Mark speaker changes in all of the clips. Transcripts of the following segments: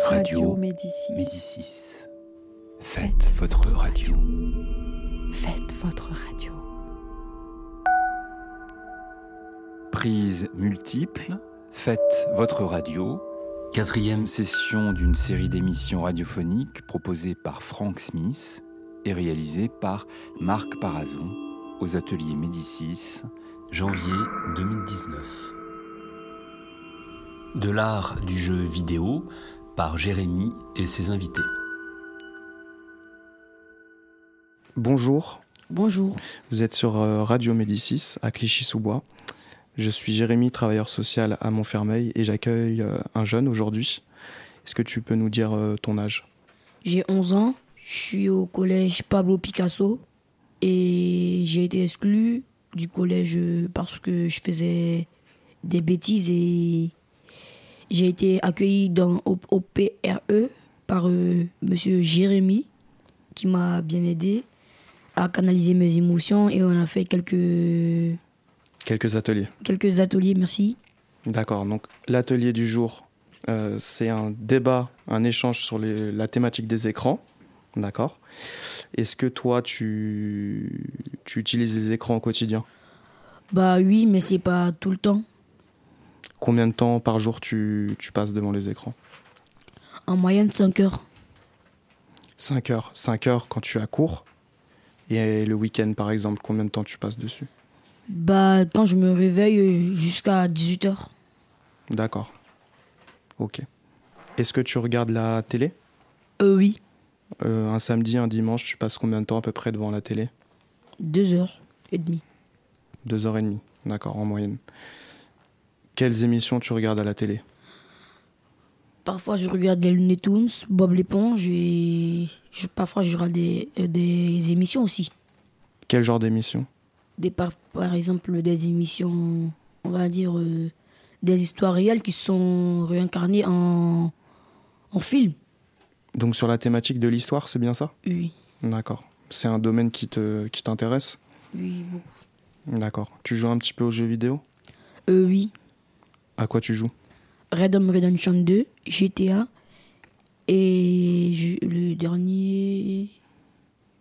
Speaker 1: Radio
Speaker 2: Médicis.
Speaker 1: Médicis. Faites, votre radio.
Speaker 2: Faites votre radio.
Speaker 1: Prise multiple. Faites votre radio. Quatrième session d'une série d'émissions radiophoniques proposée par Frank Smith et réalisée par Marc Parazon aux ateliers Médicis, janvier 2019.
Speaker 3: De l'art du jeu vidéo par Jérémy et ses invités.
Speaker 4: Bonjour,
Speaker 5: Bonjour.
Speaker 4: vous êtes sur euh, Radio Médicis à Clichy-sous-Bois. Je suis Jérémy, travailleur social à Montfermeil et j'accueille euh, un jeune aujourd'hui. Est-ce que tu peux nous dire euh, ton âge
Speaker 5: J'ai 11 ans, je suis au collège Pablo Picasso et j'ai été exclu du collège parce que je faisais des bêtises et j'ai été accueilli dans, au, au PRE E par euh, monsieur Jérémy qui m'a bien aidé à canaliser mes émotions et on a fait quelques,
Speaker 4: Quelques ateliers.
Speaker 5: quelques ateliers, merci.
Speaker 4: D'accord, donc l'atelier du jour, euh, c'est un débat, un échange sur les- la thématique des écrans. D'accord. Est-ce que toi, tu, tu utilises les écrans au quotidien
Speaker 5: Bah oui, mais c'est pas tout le temps.
Speaker 4: Combien de temps par jour tu, tu passes devant les écrans
Speaker 5: En moyenne 5 heures.
Speaker 4: 5 heures. 5 heures quand tu as cours. Et le week-end, par exemple, combien de temps tu passes dessus
Speaker 5: Bah quand je me réveille euh, jusqu'à 18 heures.
Speaker 4: D'accord. Ok. Est-ce que tu regardes la télé
Speaker 5: Euh, oui,
Speaker 4: Euh, Un samedi, un dimanche, tu passes combien de temps à peu près devant la télé
Speaker 5: deux heures et demie.
Speaker 4: Deux heures et demie. D'accord, en moyenne. Quelles émissions tu regardes à la télé
Speaker 5: Parfois, je regarde les Looney Tunes, Bob l'éponge et je- parfois, je regarde des, euh, des émissions aussi.
Speaker 4: Quel genre d'émissions
Speaker 5: Des, par, par exemple, des émissions, on va dire, euh, des histoires réelles qui sont réincarnées en, en film.
Speaker 4: Donc sur la thématique de l'histoire, c'est bien ça
Speaker 5: Oui,
Speaker 4: D'accord. C'est un domaine qui te qui t'intéresse
Speaker 5: oui, beaucoup.
Speaker 4: D'accord. Tu joues un petit peu aux jeux vidéo
Speaker 5: Euh, oui,
Speaker 4: À quoi tu joues
Speaker 5: Red Dead Redemption 2, GTA et je- le dernier,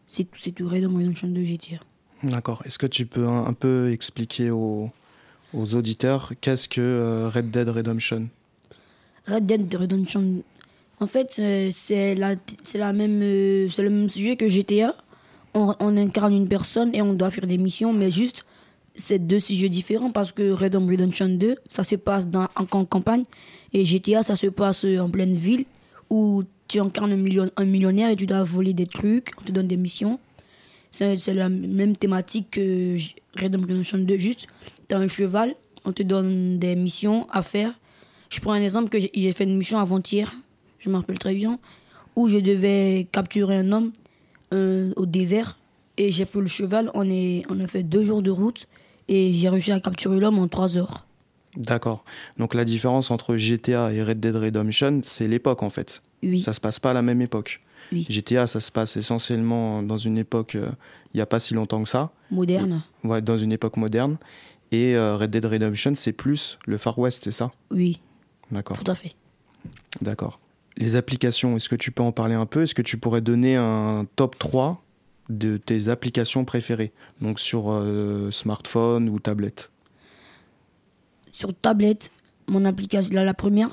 Speaker 5: c'est tout, c'est tout, Red Dead Redemption 2, GTA.
Speaker 4: D'accord. Est-ce que tu peux un, un peu expliquer aux, aux auditeurs qu'est-ce que euh, Red Dead Redemption
Speaker 5: Red Dead Redemption. En fait, euh, c'est la, c'est la même, euh, c'est le même sujet que GTA. On, on incarne une personne et on doit faire des missions, mais juste, c'est deux sujets différents parce que Red Dead Redemption 2, ça se passe dans, en, en campagne et GTA, ça se passe euh, en pleine ville où tu incarnes un, million- un millionnaire et tu dois voler des trucs, on te donne des missions. C'est c'est la même thématique que J- Red Dead Redemption 2, juste, t'as un cheval, on te donne des missions à faire. Je prends un exemple que j'ai- j'ai fait une mission avant-hier, je me rappelle très bien, où je devais capturer un homme euh, au désert et j'ai pris le cheval, on, est, on a fait deux jours de route et j'ai réussi à capturer l'homme en trois heures.
Speaker 4: D'accord. Donc la différence entre GTA et Red Dead Redemption, c'est l'époque en fait.
Speaker 5: Oui,
Speaker 4: Ça se passe pas à la même époque.
Speaker 5: Oui.
Speaker 4: GTA, ça se passe essentiellement dans une époque, euh, il n'y a pas si longtemps que ça,
Speaker 5: moderne.
Speaker 4: ouais, dans une époque moderne. Et euh, Red Dead Redemption, c'est plus le Far West, c'est ça
Speaker 5: Oui,
Speaker 4: D'accord,
Speaker 5: tout à fait.
Speaker 4: d'accord. Les applications, est-ce que tu peux en parler un peu Est-ce que tu pourrais donner un top 3 de tes applications préférées Donc sur euh, smartphone ou tablette
Speaker 5: Sur tablette, mon application, la, la première,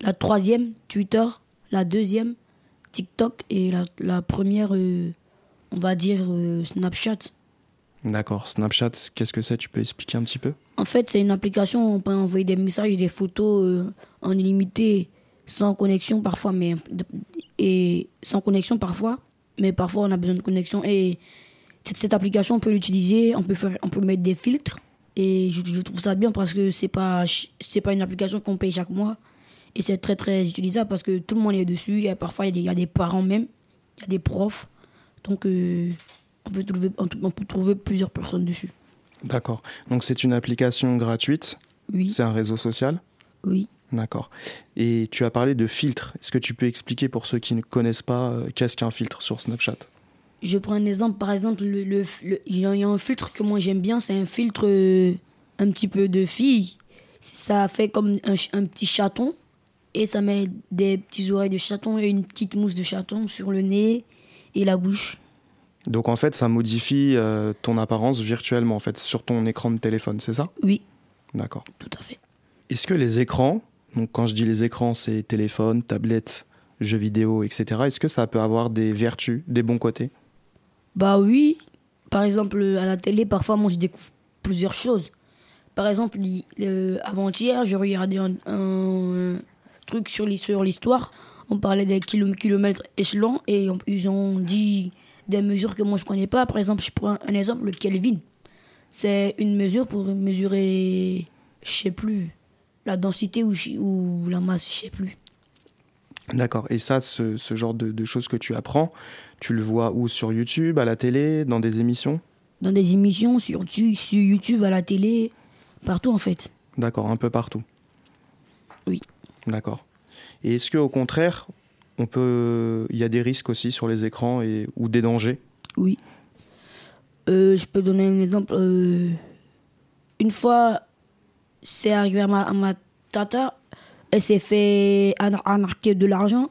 Speaker 5: la troisième, Twitter, la deuxième, TikTok et la, la première, euh, on va dire, euh, Snapchat.
Speaker 4: D'accord, Snapchat, qu'est-ce que c'est Tu peux expliquer un petit peu
Speaker 5: En fait, c'est une application où on peut envoyer des messages, des photos euh, en illimité, sans connexion parfois, mais et sans connexion parfois, mais parfois on a besoin de connexion. Et cette, cette application, on peut l'utiliser, on peut faire, on peut mettre des filtres. Et je, je trouve ça bien parce que c'est pas ch- c'est pas une application qu'on paye chaque mois et c'est très très utilisable parce que tout le monde est dessus. Et parfois il y a des- il y, a des parents même, il y a des profs, donc euh, on peut trouver on peut- on peut trouver plusieurs personnes dessus.
Speaker 4: D'accord. Donc c'est une application gratuite,
Speaker 5: Oui,
Speaker 4: c'est un réseau social
Speaker 5: oui.
Speaker 4: D'accord. Et tu as parlé de filtre. Est-ce que tu peux expliquer pour ceux qui ne connaissent pas euh, qu'est-ce qu'un filtre sur Snapchat
Speaker 5: Je prends un exemple, par exemple, le, le- le- il y a il y a un filtre que moi j'aime bien, c'est un filtre euh, un petit peu de fille. Ça fait comme un, ch- un petit chaton Et ça met des petits oreilles de chaton et une petite mousse de chaton sur le nez et la bouche.
Speaker 4: Donc en fait, ça modifie euh, ton apparence virtuellement, en fait, sur ton écran de téléphone, c'est ça
Speaker 5: Oui,
Speaker 4: D'accord.
Speaker 5: tout à fait.
Speaker 4: Est-ce que les écrans, donc quand je dis les écrans, c'est téléphone, tablette, jeux vidéo, etc., est-ce que ça peut avoir des vertus, des bons côtés
Speaker 5: Bah oui. Par exemple, à la télé, parfois, moi, je découvre plusieurs choses. Par exemple, il- euh, avant-hier, je regardais un, un truc sur l'hi- sur l'histoire. On parlait des kilo- kilomètres échelons et on- ils ont dit des mesures que moi, je connais pas. Par exemple, je prends un exemple, le Kelvin. C'est une mesure pour mesurer, je sais plus, la densité ou, chi- ou la masse, je sais plus.
Speaker 4: D'accord. Et ça, ce, ce genre de, de choses que tu apprends, tu le vois où sur YouTube, à la télé, dans des émissions
Speaker 5: Dans des émissions, sur, tu- sur YouTube, à la télé, partout en fait.
Speaker 4: D'accord, un peu partout.
Speaker 5: Oui.
Speaker 4: D'accord. Et est-ce que au contraire, on peut, il y a des risques aussi sur les écrans et ou des dangers
Speaker 5: Oui. Euh, je peux donner un exemple. euh, une fois, c'est arrivé à ma, à ma tata. Elle s'est fait anar- arnaquer de l'argent,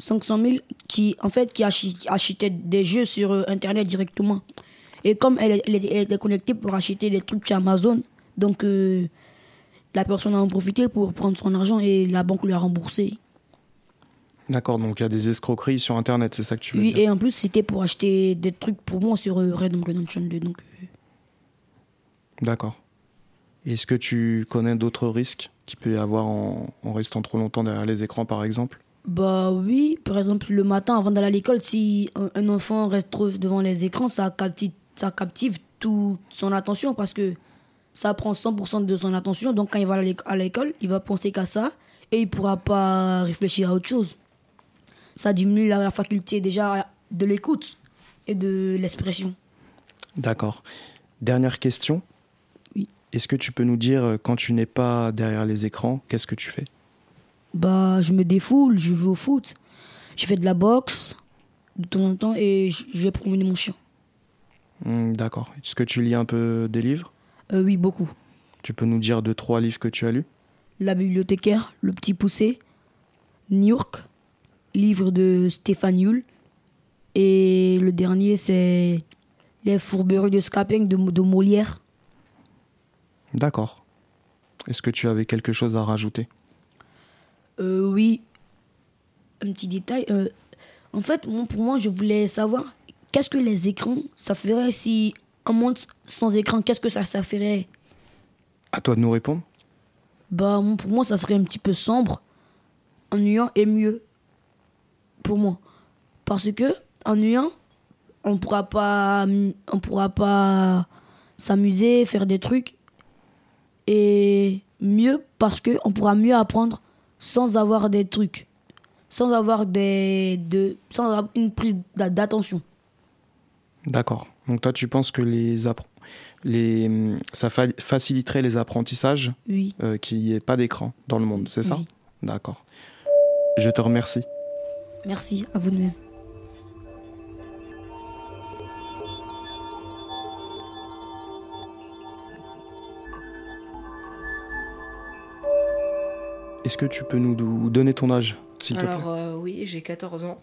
Speaker 5: 500 000, qui, en fait, qui achi- achetait des jeux sur euh, Internet directement. Et comme elle, elle était- elle était connectée pour acheter des trucs sur Amazon, donc euh, la personne a en profité pour prendre son argent et la banque lui a remboursé.
Speaker 4: D'accord. Donc il y a des escroqueries sur Internet, c'est ça que tu veux
Speaker 5: Oui,
Speaker 4: dire
Speaker 5: et en plus, c'était pour acheter des trucs pour moi sur euh, Red Dead Redemption 2. Donc, euh,
Speaker 4: D'accord. Est-ce que tu connais d'autres risques qu'il peut y avoir en, en restant trop longtemps derrière les écrans, par exemple
Speaker 5: Bah oui, par exemple le matin avant d'aller à l'école, si un- un enfant reste trop devant les écrans, ça captive, ça captive toute son attention parce que ça prend 100% de son attention. Donc quand il va à l'éc- à l'école, il va penser qu'à ça et il pourra pas réfléchir à autre chose. Ça diminue la, la faculté déjà de l'écoute et de l'expression.
Speaker 4: D'accord. Dernière question.
Speaker 5: Oui.
Speaker 4: Est-ce que tu peux nous dire euh, quand tu n'es pas derrière les écrans, qu'est-ce que tu fais
Speaker 5: Bah je me défoule, je joue au foot, je fais de la boxe de temps en temps et je je vais promener mon chien.
Speaker 4: Hmm, D'accord. Est-ce que tu lis un peu des livres
Speaker 5: Euh, oui, beaucoup.
Speaker 4: Tu peux nous dire deux, trois livres que tu as lus
Speaker 5: La bibliothécaire, Le Petit Poussé, New York, livre de Stéphane Yule. Et le dernier, c'est Les fourberies de Scaping de, de Molière.
Speaker 4: D'accord. Est-ce que tu avais quelque chose à rajouter
Speaker 5: Euh, oui, un petit détail. euh, en fait, moi, pour moi, je voulais savoir qu'est-ce que les écrans, ça ferait si un monde sans écran, qu'est-ce que ça, ça ferait
Speaker 4: À toi de nous répondre.
Speaker 5: Bah, moi, pour moi, ça serait un petit peu sombre, ennuyant et mieux. Pour moi. Parce que, ennuyant, on pourra pas, on pourra pas s'amuser, faire des trucs. Et mieux, parce que on pourra mieux apprendre sans avoir des trucs. Sans avoir des. De, sans avoir une prise d'a- d'attention.
Speaker 4: D'accord. Donc toi, tu penses que les appr- les, hum, ça fa- faciliterait les apprentissages
Speaker 5: Oui.
Speaker 4: euh, qu'il n'y ait pas d'écran dans le monde, c'est ça
Speaker 5: Oui.
Speaker 4: D'accord. Je te remercie.
Speaker 5: Merci, à vous de même.
Speaker 4: Est-ce que tu peux nous do- donner ton âge, s'il te plaît
Speaker 6: Alors euh, oui, j'ai 14 ans.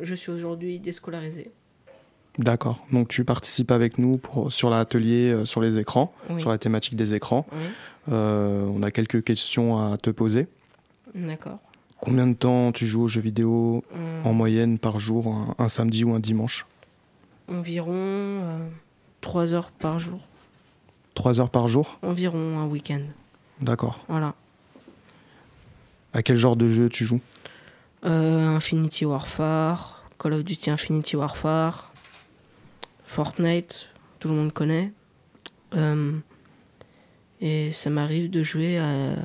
Speaker 6: Je suis aujourd'hui déscolarisée.
Speaker 4: D'accord. Donc tu participes avec nous pour, sur l'atelier euh, sur les écrans,
Speaker 6: Oui.
Speaker 4: sur la thématique des écrans.
Speaker 6: Oui.
Speaker 4: Euh, on a quelques questions à te poser.
Speaker 6: D'accord.
Speaker 4: Combien de temps tu joues aux jeux vidéo
Speaker 6: Euh,
Speaker 4: en moyenne par jour, un, un samedi ou un dimanche
Speaker 6: Environ 3 heures par jour.
Speaker 4: Trois heures par jour
Speaker 6: Environ un week-end.
Speaker 4: D'accord.
Speaker 6: Voilà.
Speaker 4: À quel genre de jeu tu joues
Speaker 6: Euh, Infinity Warfare, Call of Duty Infinity Warfare, Fortnite, tout le monde connaît. Euh, et ça m'arrive de jouer à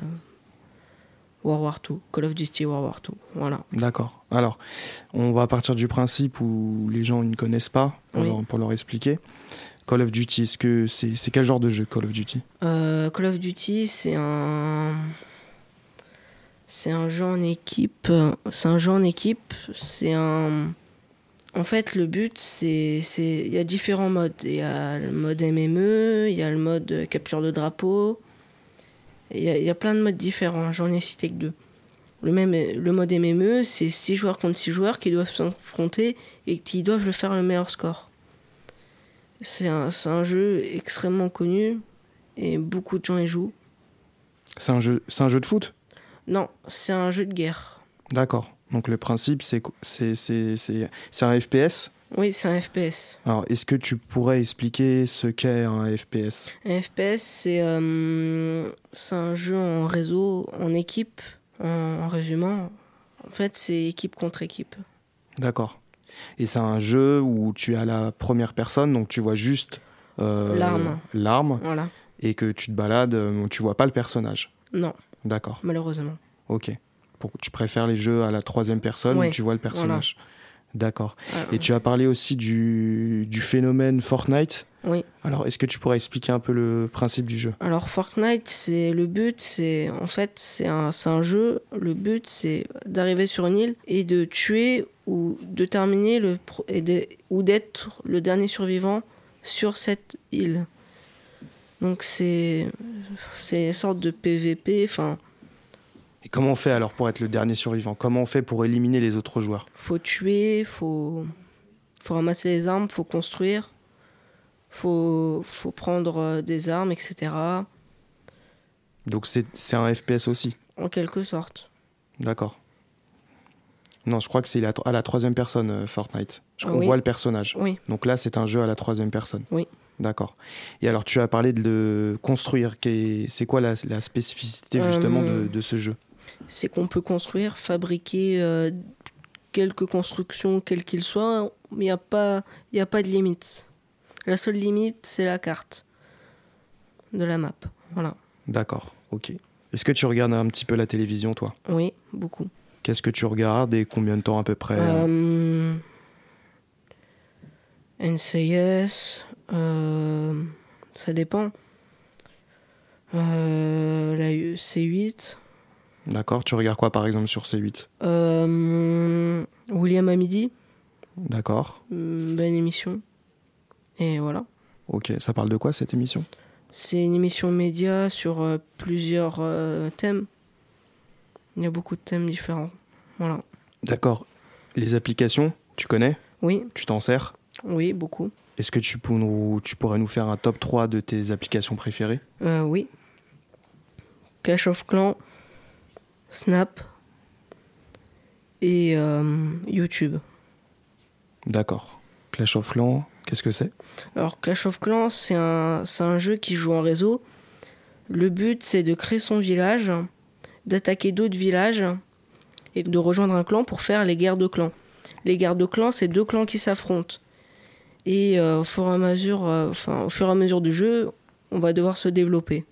Speaker 6: World War II, Call of Duty World War II. Voilà.
Speaker 4: D'accord. Alors, on va partir du principe où les gens ils ne connaissent pas pour,
Speaker 6: Oui.
Speaker 4: leur, pour leur expliquer. Call of Duty, est-ce que c'est c'est quel genre de jeu Call of Duty
Speaker 6: Euh, Call of Duty, c'est un. C'est un jeu en équipe. C'est un jeu en équipe. C'est un. En fait, le but, c'est. c'est- Il y a différents modes. Il y a le mode MME, il y a le mode capture de drapeau. Et Il y, a- il y a plein de modes différents. J'en ai cité que deux. Le, même, le mode MME, c'est 6 joueurs contre 6 joueurs qui doivent s'affronter et qui doivent le faire le meilleur score. C'est un, c'est un jeu extrêmement connu et beaucoup de gens y jouent.
Speaker 4: C'est un, jeu, c'est un jeu de foot
Speaker 6: Non, c'est un jeu de guerre.
Speaker 4: D'accord. Donc le principe, c'est qu- c'est- c'est- c'est- c'est un FPS.
Speaker 6: Oui, c'est un FPS.
Speaker 4: Alors, est-ce que tu pourrais expliquer ce qu'est un FPS
Speaker 6: Un FPS, c'est euh, c'est un jeu en réseau, en équipe, en, en résumant. En fait, c'est équipe contre équipe.
Speaker 4: D'accord. Et c'est un jeu où tu as la première personne, donc tu vois juste euh,
Speaker 6: L'arme.
Speaker 4: l'arme,
Speaker 6: Voilà.
Speaker 4: et que tu te balades, euh, tu vois pas le personnage.
Speaker 6: Non,
Speaker 4: D'accord.
Speaker 6: malheureusement.
Speaker 4: Ok. Pour- tu préfères les jeux à la troisième personne
Speaker 6: Ouais,
Speaker 4: où tu vois le personnage. D'accord.
Speaker 6: Ah,
Speaker 4: Et tu as parlé aussi du, du phénomène Fortnite.
Speaker 6: Oui.
Speaker 4: Alors, est-ce que tu pourrais expliquer un peu le principe du jeu
Speaker 6: Alors Fortnite, c'est le but, c'est en fait c'est un, c'est un jeu. Le but c'est d'arriver sur une île et de tuer ou de terminer le pro- et de- ou d'être le dernier survivant sur cette île. Donc c'est c'est une sorte de PVP. Enfin,
Speaker 4: Et comment on fait alors pour être le dernier survivant Comment on fait pour éliminer les autres joueurs
Speaker 6: faut tuer, faut faut ramasser les armes, faut construire, faut faut prendre euh, des armes, etc.
Speaker 4: Donc, c'est c'est un FPS aussi.
Speaker 6: En quelque sorte.
Speaker 4: D'accord. Non, je crois que c'est la- à la troisième personne, euh, Fortnite. Je-
Speaker 6: Ah
Speaker 4: on
Speaker 6: oui.
Speaker 4: voit le personnage.
Speaker 6: Oui.
Speaker 4: Donc là, c'est un jeu à la troisième personne.
Speaker 6: Oui.
Speaker 4: D'accord. Et alors, tu as parlé de le construire. qu'est- C'est quoi la, la spécificité justement
Speaker 6: Euh,
Speaker 4: de, de ce jeu
Speaker 6: c'est qu'on peut construire, fabriquer euh, quelques constructions, quelles qu'ils soient. Il n'y a, pas- il y a pas de limite. La seule limite, c'est la carte de la map. Voilà.
Speaker 4: D'accord. Ok. Est-ce que tu regardes un petit peu la télévision, toi
Speaker 6: Oui, beaucoup.
Speaker 4: Qu'est-ce que tu regardes et combien de temps à peu près euh,
Speaker 6: Euh, NCIS, euh, ça dépend. Euh, la U- C8,
Speaker 4: D'accord. Tu regardes quoi, par exemple, sur C8
Speaker 6: euh, William à midi,
Speaker 4: D'accord.
Speaker 6: une bonne émission. Et voilà.
Speaker 4: Ok. Ça parle de quoi cette émission
Speaker 6: C'est une émission média sur euh, plusieurs euh, thèmes. Il y a beaucoup de thèmes différents. Voilà.
Speaker 4: D'accord. Les applications, tu connais
Speaker 6: Oui,
Speaker 4: Tu t'en sers
Speaker 6: oui, beaucoup.
Speaker 4: Est-ce que tu, pour- nous- tu pourrais nous faire un top 3 de tes applications préférées
Speaker 6: Euh, oui. Clash of Clans, Snap et euh, YouTube.
Speaker 4: D'accord. Clash of Clans, qu'est-ce que c'est
Speaker 6: Alors, Clash of Clans, c'est un, c'est un jeu qui joue en réseau. Le but, c'est de créer son village, d'attaquer d'autres villages et de rejoindre un clan pour faire les guerres de clans. Les guerres de clans, c'est deux clans qui s'affrontent. Et euh, au, fur et à mesure, euh, enfin, au fur et à mesure du jeu, on va devoir se développer,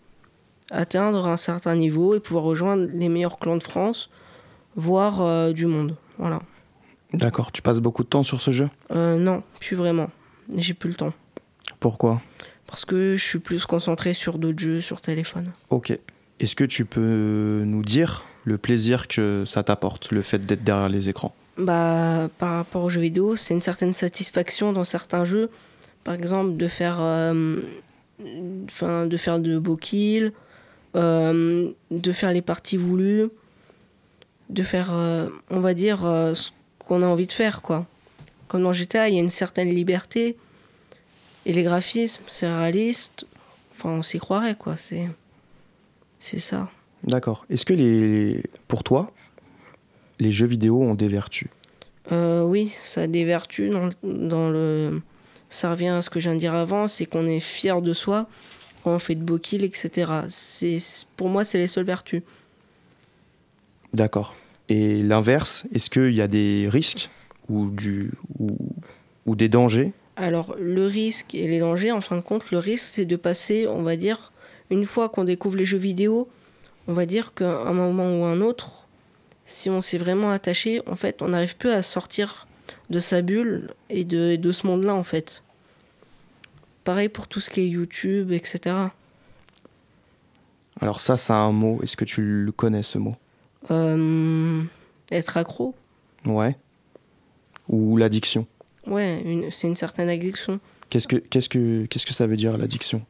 Speaker 6: atteindre un certain niveau et pouvoir rejoindre les meilleurs clans de France, voire euh, du monde. Voilà.
Speaker 4: D'accord, tu passes beaucoup de temps sur ce jeu
Speaker 6: Euh, non, plus vraiment. J'ai plus le temps.
Speaker 4: Pourquoi
Speaker 6: Parce que je suis plus concentré sur d'autres jeux, sur téléphone.
Speaker 4: Ok. Est-ce que tu peux nous dire le plaisir que ça t'apporte, le fait d'être derrière les écrans
Speaker 6: Bah, par rapport aux jeux vidéo, c'est une certaine satisfaction dans certains jeux. Par exemple, de faire, euh, enfin, de, faire de beaux kills, euh, de faire les parties voulues, de faire, euh, on va dire, euh, ce qu'on a envie de faire, quoi. Comme dans GTA, il y a une certaine liberté. Et les graphismes, c'est réaliste. Enfin, on s'y croirait, quoi. C'est, c'est ça.
Speaker 4: D'accord. Est-ce que les, pour toi, les jeux vidéo ont des vertus
Speaker 6: Euh, oui, ça a des vertus dans le, dans le- Ça revient à ce que je viens de dire avant, c'est qu'on est fier de soi quand on fait de beaux kills, etc. C'est, pour moi, c'est les seules vertus.
Speaker 4: D'accord. Et l'inverse, est-ce qu'il y a des risques ou, du, ou, ou des dangers
Speaker 6: Alors, le risque et les dangers, en fin de compte, le risque, c'est de passer, on va dire, une fois qu'on découvre les jeux vidéo, on va dire qu'à un moment ou un autre, si on s'est vraiment attaché, en fait, on n'arrive plus à sortir de sa bulle et de, et de ce monde-là, en fait. Pareil pour tout ce qui est YouTube, etc.
Speaker 4: Alors ça, ça a un mot. Est-ce que tu le connais, ce mot
Speaker 6: Euh, être accro,
Speaker 4: Ouais. Ou l'addiction.
Speaker 6: ouais, une- c'est une certaine addiction.
Speaker 4: Qu'est-ce que, qu'est-ce que, qu'est-ce que ça veut dire l'addiction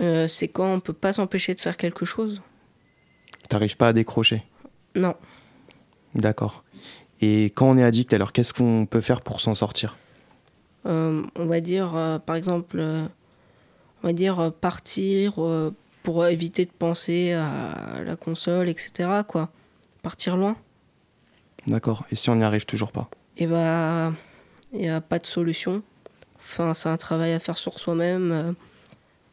Speaker 6: Euh, c'est quand on peut pas s'empêcher de faire quelque chose.
Speaker 4: T'arrives pas à décrocher.
Speaker 6: Non.
Speaker 4: D'accord. Et quand on est addict, alors qu'est-ce qu'on peut faire pour s'en sortir
Speaker 6: Euh, on va dire, euh, par exemple, euh, on va dire euh, partir euh, pour éviter de penser à la console, etc. Quoi. Partir loin.
Speaker 4: D'accord. Et si on n'y arrive toujours pas
Speaker 6: Et bah, il n'y a pas de solution. Enfin, c'est un travail à faire sur soi-même. euh.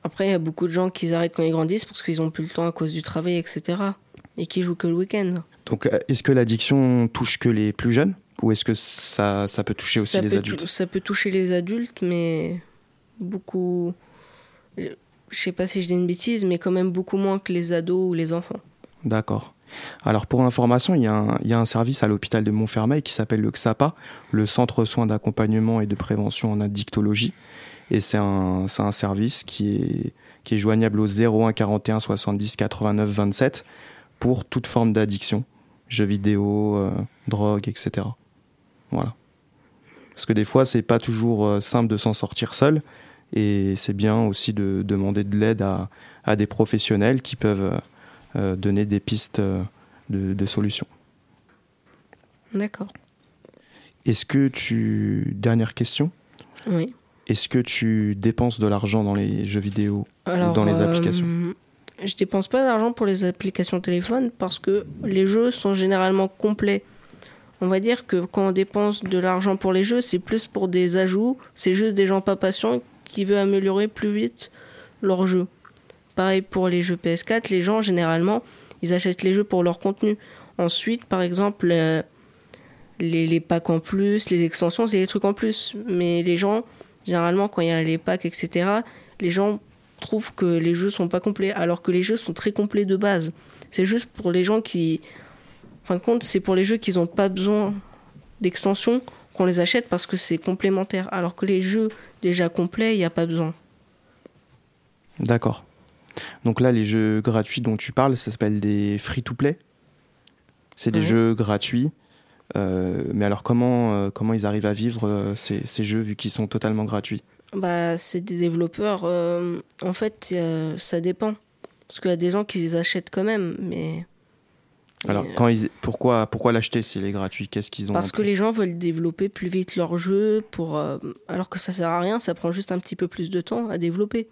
Speaker 6: Après, il y a beaucoup de gens qui arrêtent quand ils grandissent parce qu'ils n'ont plus le temps à cause du travail, etc. Et qui jouent que le week-end.
Speaker 4: Donc, euh, est-ce que l'addiction touche que les plus jeunes ou est-ce que ça, ça peut toucher aussi
Speaker 6: ça
Speaker 4: les
Speaker 6: peut
Speaker 4: adultes
Speaker 6: tou- Ça peut toucher les adultes, mais beaucoup. Je sais pas si je dis une bêtise, mais quand même beaucoup moins que les ados ou les enfants.
Speaker 4: D'accord. Alors pour information, il y, a un- il y a un service à l'hôpital de Montfermeil qui s'appelle le XAPA, le Centre Soins d'Accompagnement et de Prévention en Addictologie. Et c'est un, c'est un service qui est, qui est joignable au 01 41 70 89 27 pour toute forme d'addiction, jeux vidéo, euh, drogue, etc. Voilà. Parce que des fois, c'est pas toujours euh, simple de s'en sortir seul. Et c'est bien aussi de demander de l'aide à, à des professionnels qui peuvent... euh, euh, donner des pistes euh, de, de solutions.
Speaker 6: D'accord.
Speaker 4: Est-ce que tu. Dernière question.
Speaker 6: Oui.
Speaker 4: Est-ce que tu dépenses de l'argent dans les jeux vidéo
Speaker 6: Alors,
Speaker 4: dans les applications.
Speaker 6: euh, Je dépense pas d'argent pour les applications téléphone parce que les jeux sont généralement complets. On va dire que quand on dépense de l'argent pour les jeux, c'est plus pour des ajouts. C'est juste des gens pas patients qui veulent améliorer plus vite leur jeu. Pareil pour les jeux PS4, les gens généralement, ils achètent les jeux pour leur contenu. Ensuite, par exemple, euh, les, les packs en plus, les extensions, c'est des trucs en plus. Mais les gens, généralement, quand il y a les packs, etc., les gens trouvent que les jeux sont pas complets, alors que les jeux sont très complets de base. C'est juste pour les gens qui. En fin de compte, c'est pour les jeux qui n'ont pas besoin d'extension qu'on les achète parce que c'est complémentaire. Alors que les jeux déjà complets, il n'y a pas besoin.
Speaker 4: D'accord. Donc là, les jeux gratuits dont tu parles, ça s'appelle des free-to-play. C'est des
Speaker 6: Ouais.
Speaker 4: jeux gratuits. Euh, mais alors, comment, euh, comment ils arrivent à vivre euh, ces, ces jeux vu qu'ils sont totalement gratuits
Speaker 6: Bah, c'est des développeurs. euh, en fait, euh, ça dépend. Parce qu'il y a des gens qui les achètent quand même, mais.
Speaker 4: Alors,
Speaker 6: mais, euh,
Speaker 4: quand ils, pourquoi, pourquoi l'acheter s'il est gratuit Qu'est-ce qu'ils ont en
Speaker 6: Parce que
Speaker 4: plus
Speaker 6: les gens veulent développer plus vite leur jeu, pour, euh, alors que ça sert à rien, ça prend juste un petit peu plus de temps à développer.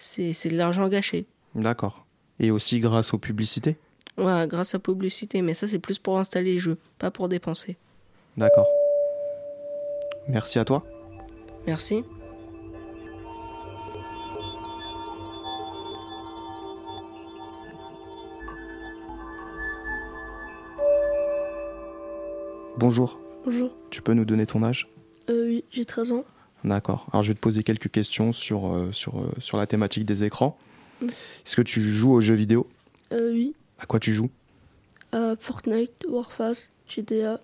Speaker 6: C'est c'est de l'argent gâché.
Speaker 4: D'accord. Et aussi grâce aux publicités
Speaker 6: Ouais, grâce à publicité, mais ça c'est plus pour installer les jeux, pas pour dépenser.
Speaker 4: D'accord. Merci à toi.
Speaker 6: Merci.
Speaker 4: Bonjour.
Speaker 7: Bonjour,
Speaker 4: Tu peux nous donner ton âge
Speaker 7: euh, oui, j'ai 13 ans.
Speaker 4: D'accord. Alors je vais te poser quelques questions sur, euh, sur, euh, sur la thématique des écrans.
Speaker 7: Mm.
Speaker 4: Est-ce que tu joues aux jeux vidéo
Speaker 7: Euh, oui,
Speaker 4: À quoi tu joues
Speaker 7: à Fortnite, Warface, GTA,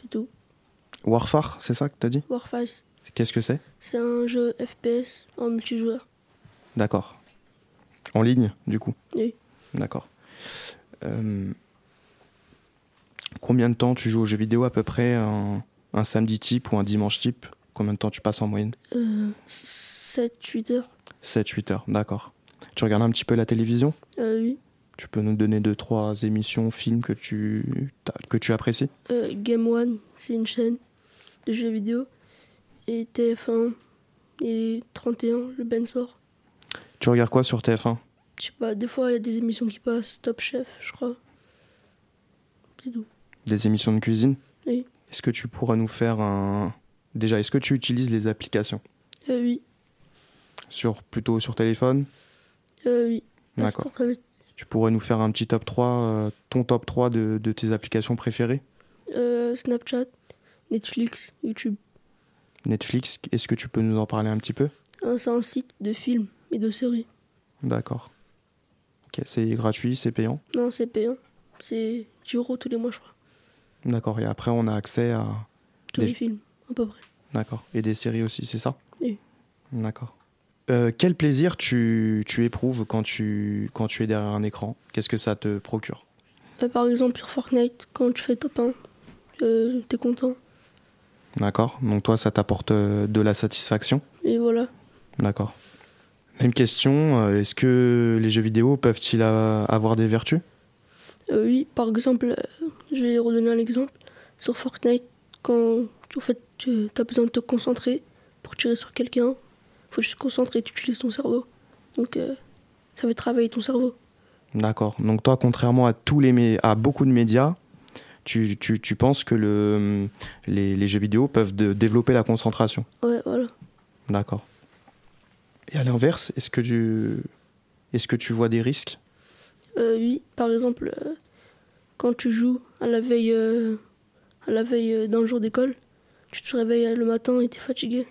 Speaker 7: c'est tout.
Speaker 4: Warfare, c'est ça que t'as dit
Speaker 7: Warface,
Speaker 4: Qu'est-ce que c'est
Speaker 7: c'est un jeu FPS en multijoueur.
Speaker 4: D'accord. En ligne, du coup
Speaker 7: Oui.
Speaker 4: D'accord. Euh, combien de temps tu joues aux jeux vidéo à peu près un, un samedi type ou un dimanche type Combien de temps tu passes en moyenne
Speaker 7: Euh, 7-8 heures.
Speaker 4: 7-8 heures, d'accord. Tu regardes un petit peu la télévision
Speaker 7: Euh, oui,
Speaker 4: Tu peux nous donner deux, trois émissions, films que tu, t'as- que tu apprécies
Speaker 7: euh, Game One, c'est une chaîne de jeux vidéo. Et TF1 et 31, le Ben Sport.
Speaker 4: Tu regardes quoi sur TF1
Speaker 7: Je sais pas, des fois il y a des émissions qui passent, Top Chef, je crois. C'est tout.
Speaker 4: Des émissions de cuisine
Speaker 7: Oui.
Speaker 4: Est-ce que tu pourras nous faire un... Déjà, est-ce que tu utilises les applications
Speaker 7: Euh, oui,
Speaker 4: sur, Plutôt sur téléphone
Speaker 7: euh, oui. Passe
Speaker 4: D'accord.
Speaker 7: pour très vite.
Speaker 4: Tu pourrais nous faire un petit top 3, euh, ton top 3 de, de tes applications préférées
Speaker 7: Euh, Snapchat, Netflix, YouTube.
Speaker 4: Netflix, est-ce que tu peux nous en parler un petit peu
Speaker 7: Euh, C'est un site de films et de séries.
Speaker 4: D'accord. Ok, c'est gratuit, c'est payant
Speaker 7: Non, c'est payant. C'est 10 euros tous les mois, je crois.
Speaker 4: D'accord, et après on a accès à...
Speaker 7: Tous
Speaker 4: Des-
Speaker 7: les films, à peu près.
Speaker 4: D'accord, et des séries aussi, c'est ça
Speaker 7: Oui.
Speaker 4: D'accord. Euh, quel plaisir tu, tu éprouves quand tu, quand tu es derrière un écran Qu'est-ce que ça te procure
Speaker 7: Euh, par exemple, sur Fortnite, quand tu fais top 1, euh, t'es content.
Speaker 4: D'accord. Donc toi, ça t'apporte euh, de la satisfaction.
Speaker 7: Et voilà.
Speaker 4: D'accord. Même question, euh, est-ce que les jeux vidéo peuvent-ils euh, avoir des vertus
Speaker 7: Euh, oui, par exemple, euh, je vais redonner un exemple. Sur Fortnite, quand en fait, tu as besoin de te concentrer pour tirer sur quelqu'un, faut juste te concentrer, tu utilises ton cerveau. Donc euh, ça va travailler ton cerveau.
Speaker 4: D'accord. Donc toi, contrairement à, tous les, mé- à beaucoup de médias, tu, tu- tu penses que le, les, les jeux vidéo peuvent de- développer la concentration.
Speaker 7: Ouais, voilà.
Speaker 4: D'accord. Et à l'inverse, est-ce que, tu, est-ce que tu vois des risques
Speaker 7: Euh, oui, par exemple, euh, quand tu joues à la veille, euh, à la veille euh, d'un jour d'école, tu te réveilles euh, le matin et t'es fatigué.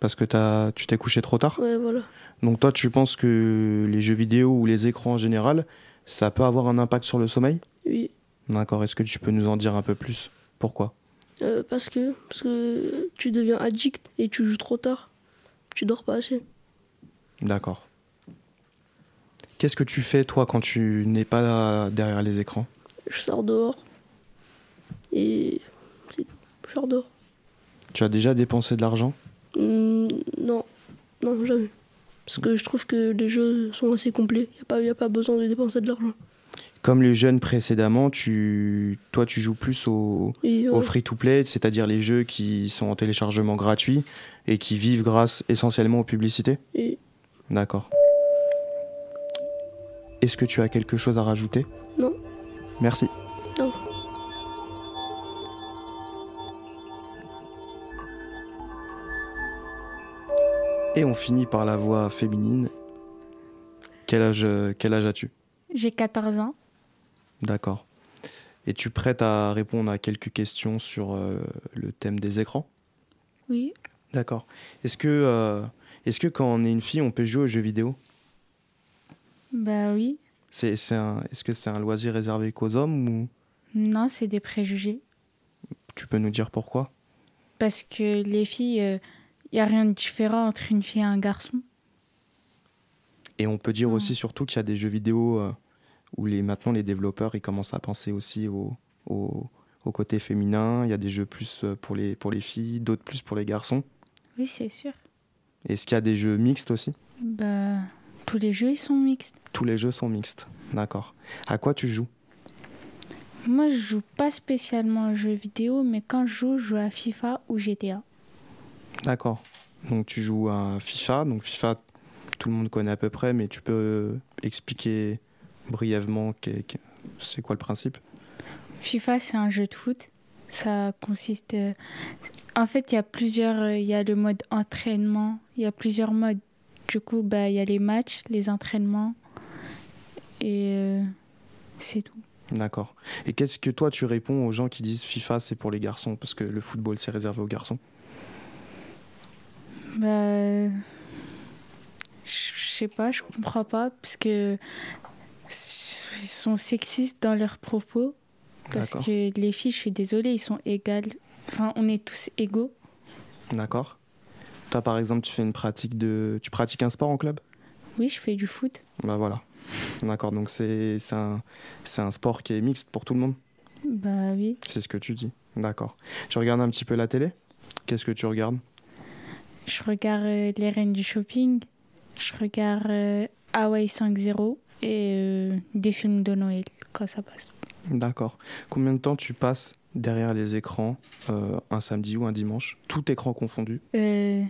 Speaker 4: Parce que t'as- tu t'es couché trop tard
Speaker 7: Ouais, voilà.
Speaker 4: Donc toi, tu penses que les jeux vidéo ou les écrans en général, ça peut avoir un impact sur le sommeil
Speaker 7: Oui,
Speaker 4: D'accord. Est-ce que tu peux nous en dire un peu plus Pourquoi
Speaker 7: euh, parce que parce que tu deviens addict et tu joues trop tard. Tu dors pas assez.
Speaker 4: D'accord. Qu'est-ce que tu fais toi quand tu n'es pas derrière les écrans
Speaker 7: Je sors dehors et c'est tout. Je sors dehors.
Speaker 4: Tu as déjà dépensé de l'argent
Speaker 7: Hmm, non, non jamais. Parce que je trouve que les jeux sont assez complets. Il n'y a, pas- y a pas besoin de dépenser de l'argent.
Speaker 4: Comme les jeunes précédemment, tu... toi tu joues plus au,
Speaker 7: Oui,
Speaker 4: au
Speaker 7: ouais.
Speaker 4: free-to-play, c'est-à-dire les jeux qui sont en téléchargement gratuit et qui vivent grâce essentiellement aux publicités
Speaker 7: Et-
Speaker 4: D'accord. Est-ce que tu as quelque chose à rajouter
Speaker 7: Non.
Speaker 4: Merci.
Speaker 7: Non.
Speaker 4: Et on finit par la voix féminine. Quel âge, euh, quel âge as-tu
Speaker 8: J'ai 14 ans.
Speaker 4: D'accord. Es-tu prête à répondre à quelques questions sur euh, le thème des écrans
Speaker 8: Oui.
Speaker 4: D'accord. Est-ce que, euh, est-ce que quand on est une fille, on peut jouer aux jeux vidéo
Speaker 8: Bah oui.
Speaker 4: c'est, c'est un- Est-ce que c'est un loisir réservé qu'aux hommes ou
Speaker 8: Non, c'est des préjugés.
Speaker 4: tu peux nous dire pourquoi
Speaker 8: Parce que les filles, il n'y a rien de différent entre une fille et un garçon.
Speaker 4: Et on peut dire
Speaker 8: Non.
Speaker 4: aussi surtout qu'il y a des jeux vidéo euh, où les, maintenant les développeurs ils commencent à penser aussi au, au, au côté féminin. Il y a des jeux plus euh, pour les, pour les filles, d'autres plus pour les garçons.
Speaker 8: Oui, c'est sûr.
Speaker 4: Est-ce qu'il y a des jeux mixtes aussi
Speaker 8: Bah, tous les jeux, ils sont mixtes.
Speaker 4: Tous les jeux sont mixtes. D'accord. À quoi tu joues
Speaker 8: Moi, je joue pas spécialement aux jeux vidéo, mais quand je joue, je joue à FIFA ou GTA.
Speaker 4: D'accord. Donc tu joues à FIFA. Donc FIFA, tout le monde connaît à peu près, mais tu peux euh, expliquer brièvement qu'est- qu'est- c'est quoi le principe
Speaker 8: FIFA, c'est un jeu de foot. Ça consiste. euh, En fait, il y a plusieurs. euh, Il y a le mode entraînement. Il y a plusieurs modes. Du coup, bah, il y a les matchs, les entraînements. Et euh, c'est tout.
Speaker 4: D'accord. Et qu'est-ce que toi tu réponds aux gens qui disent FIFA c'est pour les garçons parce que le football c'est réservé aux garçons
Speaker 8: Bah. euh, Je sais pas, je comprends pas. Parce que. s- Ils sont sexistes dans leurs propos. Parce
Speaker 4: D'accord.
Speaker 8: que les filles, je suis désolée, ils sont égales. Enfin, on est tous égaux.
Speaker 4: D'accord. Toi par exemple tu fais une pratique de, tu pratiques un sport en club
Speaker 8: Oui, je fais du foot.
Speaker 4: Bah voilà. D'accord. Donc c'est c'est un c'est un sport qui est mixte pour tout le monde.
Speaker 8: Bah oui.
Speaker 4: C'est ce que tu dis. D'accord. Tu regardes un petit peu la télé Qu'est-ce que tu regardes
Speaker 8: Je regarde euh, Les Reines du Shopping. Je regarde euh, Hawaii 5-0 et euh, des films de Noël quand ça passe.
Speaker 4: D'accord. Combien de temps tu passes derrière les écrans euh, un samedi ou un dimanche Tout écran confondu.
Speaker 8: Euh,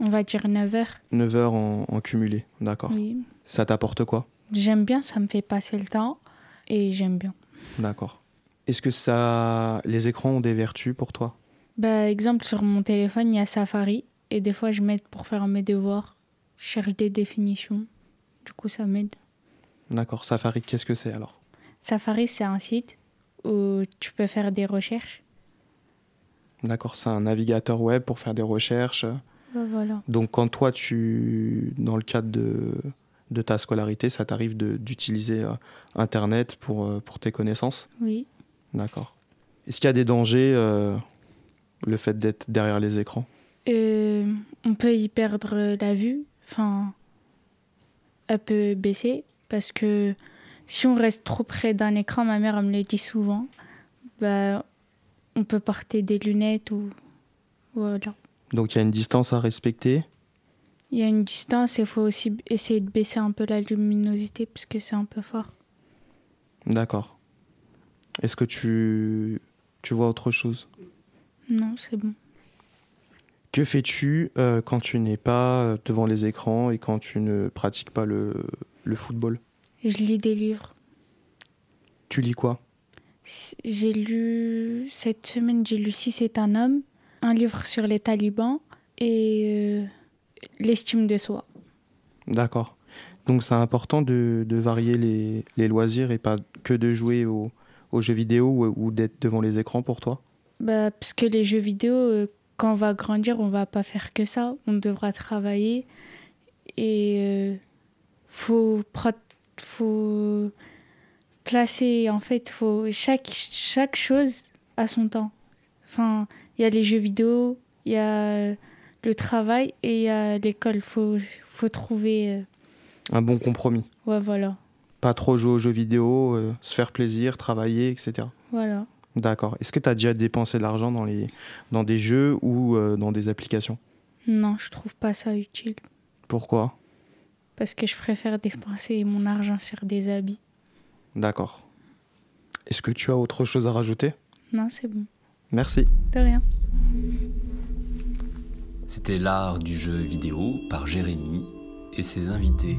Speaker 8: on va dire 9h.
Speaker 4: 9 heures en, en cumulé. D'accord.
Speaker 8: Oui.
Speaker 4: Ça t'apporte quoi
Speaker 8: J'aime bien, ça me fait passer le temps et j'aime bien.
Speaker 4: D'accord. Est-ce que ça, les écrans ont des vertus pour toi
Speaker 8: Bah, exemple, sur mon téléphone, il y a Safari et des fois je m'aide pour faire mes devoirs. Je cherche des définitions. Du coup, ça m'aide.
Speaker 4: D'accord. Safari, qu'est-ce que c'est alors
Speaker 8: Safari, c'est un site où tu peux faire des recherches.
Speaker 4: D'accord, c'est un navigateur web pour faire des recherches.
Speaker 8: Bah, voilà.
Speaker 4: Donc quand toi, tu, dans le cadre de, de ta scolarité, ça t'arrive de- d'utiliser euh, Internet pour, euh, pour tes connaissances
Speaker 8: Oui.
Speaker 4: D'accord. Est-ce qu'il y a des dangers, euh, le fait d'être derrière les écrans
Speaker 8: Euh, on peut y perdre euh, la vue, enfin, elle peut baisser parce que si on reste trop près d'un écran, ma mère elle me le dit souvent, bah, on peut porter des lunettes ou voilà.
Speaker 4: Donc il y a une distance à respecter.
Speaker 8: Il y a une distance et il faut aussi b- essayer de baisser un peu la luminosité parce que c'est un peu fort.
Speaker 4: D'accord. Est-ce que tu, tu vois autre chose
Speaker 8: Non, c'est bon.
Speaker 4: Que fais-tu euh, quand tu n'es pas euh, devant les écrans et quand tu ne pratiques pas le, le football
Speaker 8: Je lis des livres.
Speaker 4: Tu lis quoi
Speaker 8: S- J'ai lu cette semaine, j'ai lu Si c'est un homme, un livre sur les talibans et euh, l'estime de soi.
Speaker 4: D'accord. Donc c'est important de, de varier les, les loisirs et pas que de jouer au- aux jeux vidéo ou, ou d'être devant les écrans pour toi
Speaker 8: Bah, parce que les jeux vidéo, euh, quand on va grandir, on va pas faire que ça. On devra travailler et euh, faut pro- faut placer en fait faut chaque chaque chose à son temps. Enfin, il y a les jeux vidéo, il y a le travail et il y a l'école. Faut faut trouver euh,
Speaker 4: Un bon compromis.
Speaker 8: ouais voilà
Speaker 4: Pas trop jouer aux jeux vidéo, euh, se faire plaisir, travailler, etc.
Speaker 8: voilà.
Speaker 4: D'accord. Est-ce que tu as déjà dépensé de l'argent dans, les, dans des jeux ou euh, dans des applications
Speaker 8: Non, je trouve pas ça utile
Speaker 4: Pourquoi
Speaker 8: parce que je préfère dépenser mon argent sur des habits.
Speaker 4: D'accord. Est-ce que tu as autre chose à rajouter
Speaker 8: Non, c'est bon.
Speaker 4: Merci.
Speaker 8: De rien.
Speaker 3: C'était l'art du jeu vidéo par Jérémy et ses invités.